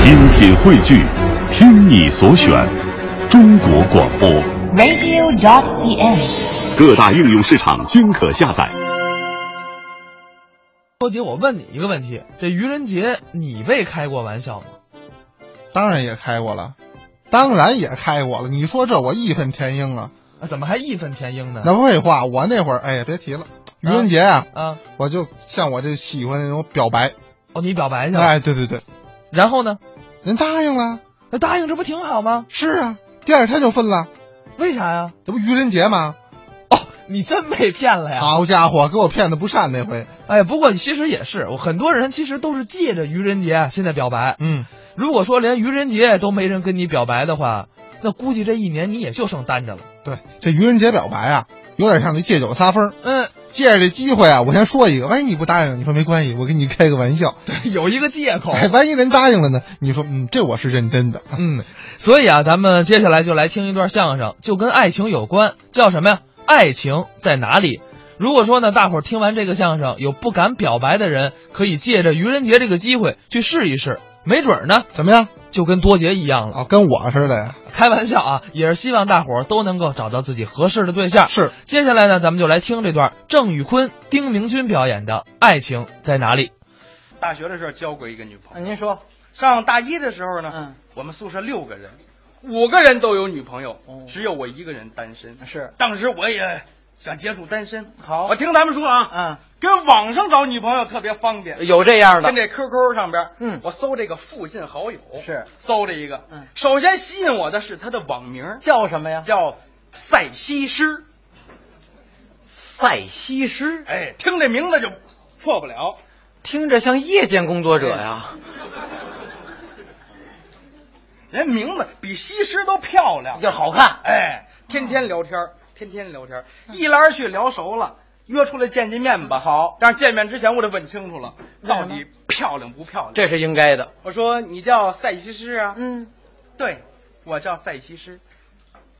精品汇聚，听你所选，中国广播。 radio.cn。各大应用市场均可下载。说姐，我问你一个问题，这愚人节你被开过玩笑吗？当然也开过了，当然也开过了。你说这我义愤填膺啊！啊怎么还义愤填膺呢？那不废话，我那会儿哎呀，别提了，愚人节啊，啊，我就向我这喜欢那种表白，哦，你表白去了，哎，对对对，然后呢？人答应了，那答应这不挺好吗？是啊，第二天就分了，为啥呀？这不愚人节吗？哦，你真被骗了哎呀！好家伙，给我骗的不善那回，哎，不过其实也是，我很多人其实都是借着愚人节现在表白。嗯，如果说连愚人节都没人跟你表白的话，那估计这一年你也就剩单着了。对，这愚人节表白啊，有点像那借酒撒疯儿。嗯， 借着这机会啊，我先说一个，万一你不答应，你说没关系，我跟你开个玩笑。有一个借口。哎，万一人答应了呢？你说，嗯，这我是认真的。 嗯，所以啊，咱们接下来就来听一段相声，就跟爱情有关，叫什么呀？爱情在哪里？如果说呢，大伙儿听完这个相声，有不敢表白的人，可以借着愚人节这个机会去试一试，没准儿呢，怎么样？就跟多杰一样了。哦，跟我似的呀。开玩笑啊，也是希望大伙儿都能够找到自己合适的对象。是，接下来呢，咱们就来听这段郑宇坤、丁明君表演的《爱情在哪里》。大学的时候交过一个女朋友。啊您说，上大一的时候呢，嗯，我们宿舍六个人，五个人都有女朋友，哦只有我一个人单身。是当时我也想接触单身，好我听他们说啊，嗯，哎跟网上找女朋友特别方便。有这样跟这 QQ 上边，嗯我搜这个附近好友，是搜了一个，嗯首先吸引我的是他的网名叫什么呀？叫赛西施，赛西施，哎，听这名字就错不了，听着像夜间工作者呀，人名字比西施都漂亮，要好看。哎，天天聊天儿，天天聊天儿，一来二去聊熟了，约出来见见面嗯吧。好，但是见面之前我得问清楚了，到底漂亮不漂亮？这是应该的。我说你叫赛西施啊？嗯，对，我叫赛西施。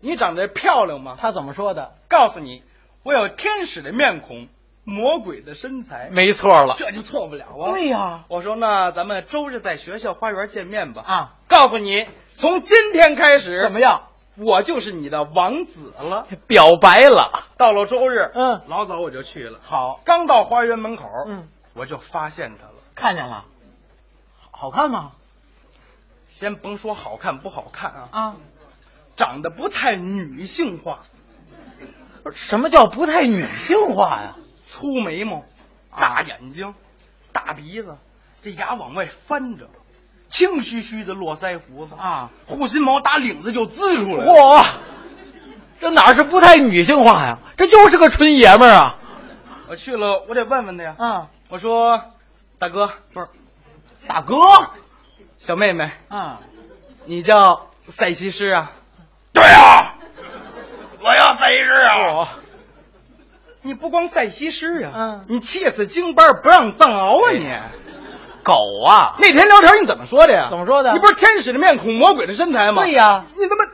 你长得漂亮吗？他怎么说的？告诉你，我有天使的面孔，魔鬼的身材，没错了。这就错不了啊。对呀，我说那咱们周日在学校花园见面吧。啊，告诉你，从今天开始，怎么样？我就是你的王子了。表白了。到了周日，嗯老早我就去了。好，刚到花园门口，嗯，我就发现她了。看见了，好看吗？先甭说好看不好看啊，啊，长得不太女性化，什么叫不太女性化呀？粗眉毛，啊大眼睛，大鼻子，这牙往外翻着，青须须的络腮胡子，啊，护心毛打领子就滋出来了。嚯，这哪是不太女性化呀？这就是个纯爷们儿啊！我去了，我得问问她呀。啊，我说，大哥，不是大哥，小妹妹，啊，你叫赛西施啊？对啊，我要赛西施啊我你不光赛西施啊，嗯哎你气死京班儿不让藏獒啊你！狗啊，那天聊天你怎么说的呀？怎么说的你不是天使的面孔，魔鬼的身材吗？对呀你他妈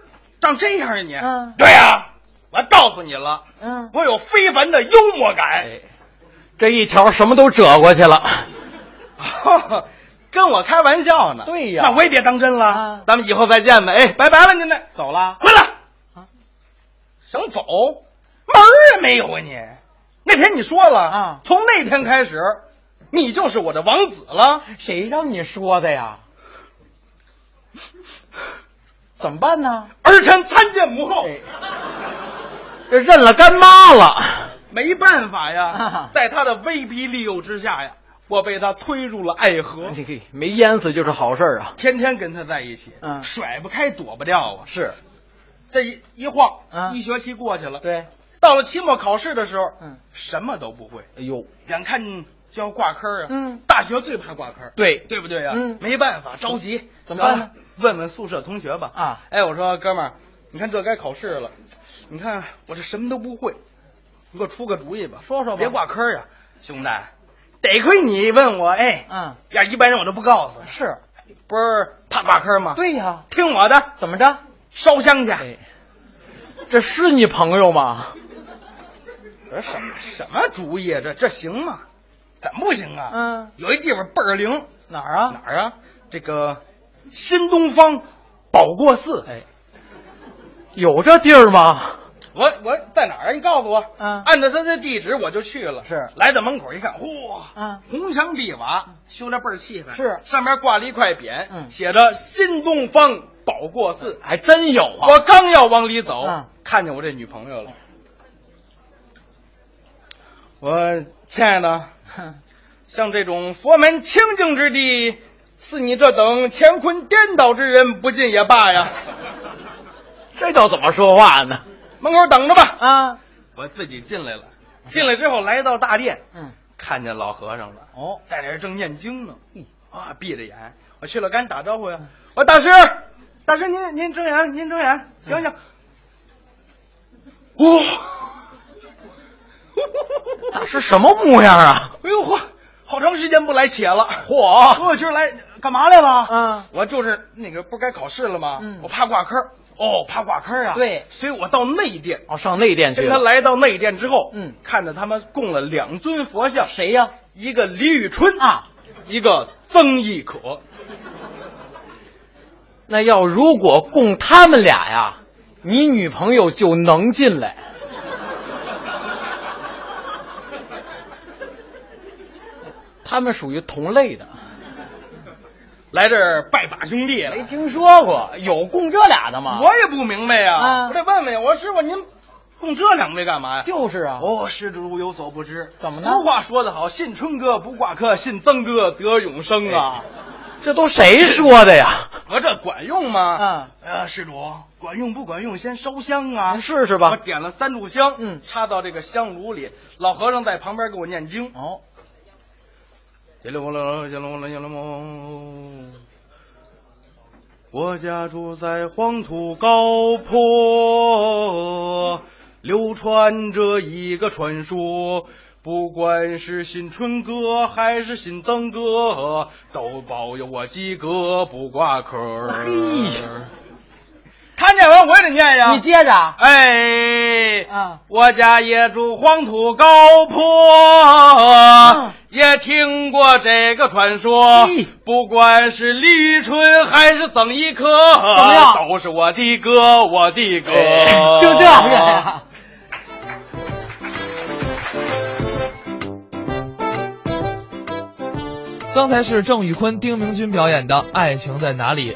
长这样啊你？嗯对呀、我告诉你了，嗯我有非凡的幽默感。哎，这一条什么都折过去了。 跟我开玩笑呢？对呀那我也别当真了。啊咱们以后再见吧。哎，拜拜了您呢，走了，回来。啊想走，门儿也没有啊你！那天你说了啊从那天开始，你就是我的王子了。谁让你说的呀？怎么办呢？儿臣参见母后，哎这认了干妈了。没办法呀啊，在他的威逼利诱之下呀，我被他推入了爱河，哎这个没淹死就是好事儿啊。天天跟他在一起，嗯甩不开，躲不掉啊。是，这一一晃，嗯一学期过去了，，对，到了期末考试的时候，嗯，什么都不会，哎呦，眼看就要挂科啊。嗯大学最怕挂科，对，对不对呀？嗯没办法，着急，怎么办然呢后问问宿舍同学吧。啊哎，我说哥们儿，你看这该考试了，你看我这什么都不会，你给我出个主意吧，说说吧别挂科呀，兄弟，得亏你问我，哎，嗯，要一般人我都不告诉，是不是怕挂科吗？，对呀、听我的，怎么着？烧香去。哎，这是你朋友吗？我说什么什么主意啊？这这行吗？怎么不行啊？嗯，有一地方倍儿灵，哪儿啊？哪儿啊？这个新东方保过寺。哎，有这地儿吗？我我在哪儿啊？你告诉我。嗯按照他的地址我就去了。是来到门口一看，嚯，嗯红墙碧瓦，修的倍儿气派。是上面挂了一块匾，嗯写着“新东方保过寺”还真有啊！我刚要往里走，嗯看见我这女朋友了。我亲爱的，像这种佛门清净之地，似你这等乾坤颠倒之人不进也罢呀。 这叫怎么说话呢？门口等着吧。啊，我自己进来了，进来之后来到大殿，嗯，看见老和尚了。哦，在那儿正念经呢。啊，闭着眼，我去了，赶紧打招呼呀。我说大师，大师您您睁眼，您睁眼，醒醒。哇、 那是什么模样啊？哎呦嚯，好长时间不来且了。嚯，我今儿来干嘛来了？嗯，我就是那个不是该考试了吗？嗯我怕挂科。哦，怕挂科啊。对所以我到内殿。哦，上内殿去跟他了。来到内殿之后，嗯看着他们供了两尊佛像，谁呀？一个李宇春啊，一个曾轶可。那要如果供他们俩呀，你女朋友就能进来。 他们属于同类的，来这儿拜把兄弟没了。听说过有供这俩的吗？我也不明白呀、啊我得问问呀。我说师傅，您供这两位干嘛呀？就是啊，哦，施主有所不知，怎么呢俗话说得好，信春哥不挂科，信曾哥得永生哎啊。这都谁说的呀？我这管用吗？啊，呃，施主，管用不管用？先烧香啊，您试试我吧。点了三炷香，嗯插到这个香炉里。老和尚在旁边给我念经。哦，杰罗罗，杰罗罗，杰罗蒙。我家住在黄土高坡，流传着一个传说，不管是新春哥还是新曾哥，都保佑我及格不挂科儿。哎呀他念完我也得念呀。你接着啊，哎，啊我家也住黄土高坡，也听过这个传说嗯咦。不管是李宇春还是曾轶可，怎么样哎都是我的歌，我的歌。就这个哦呀。刚才是郑宇坤、丁明君表演的《爱情在哪里》。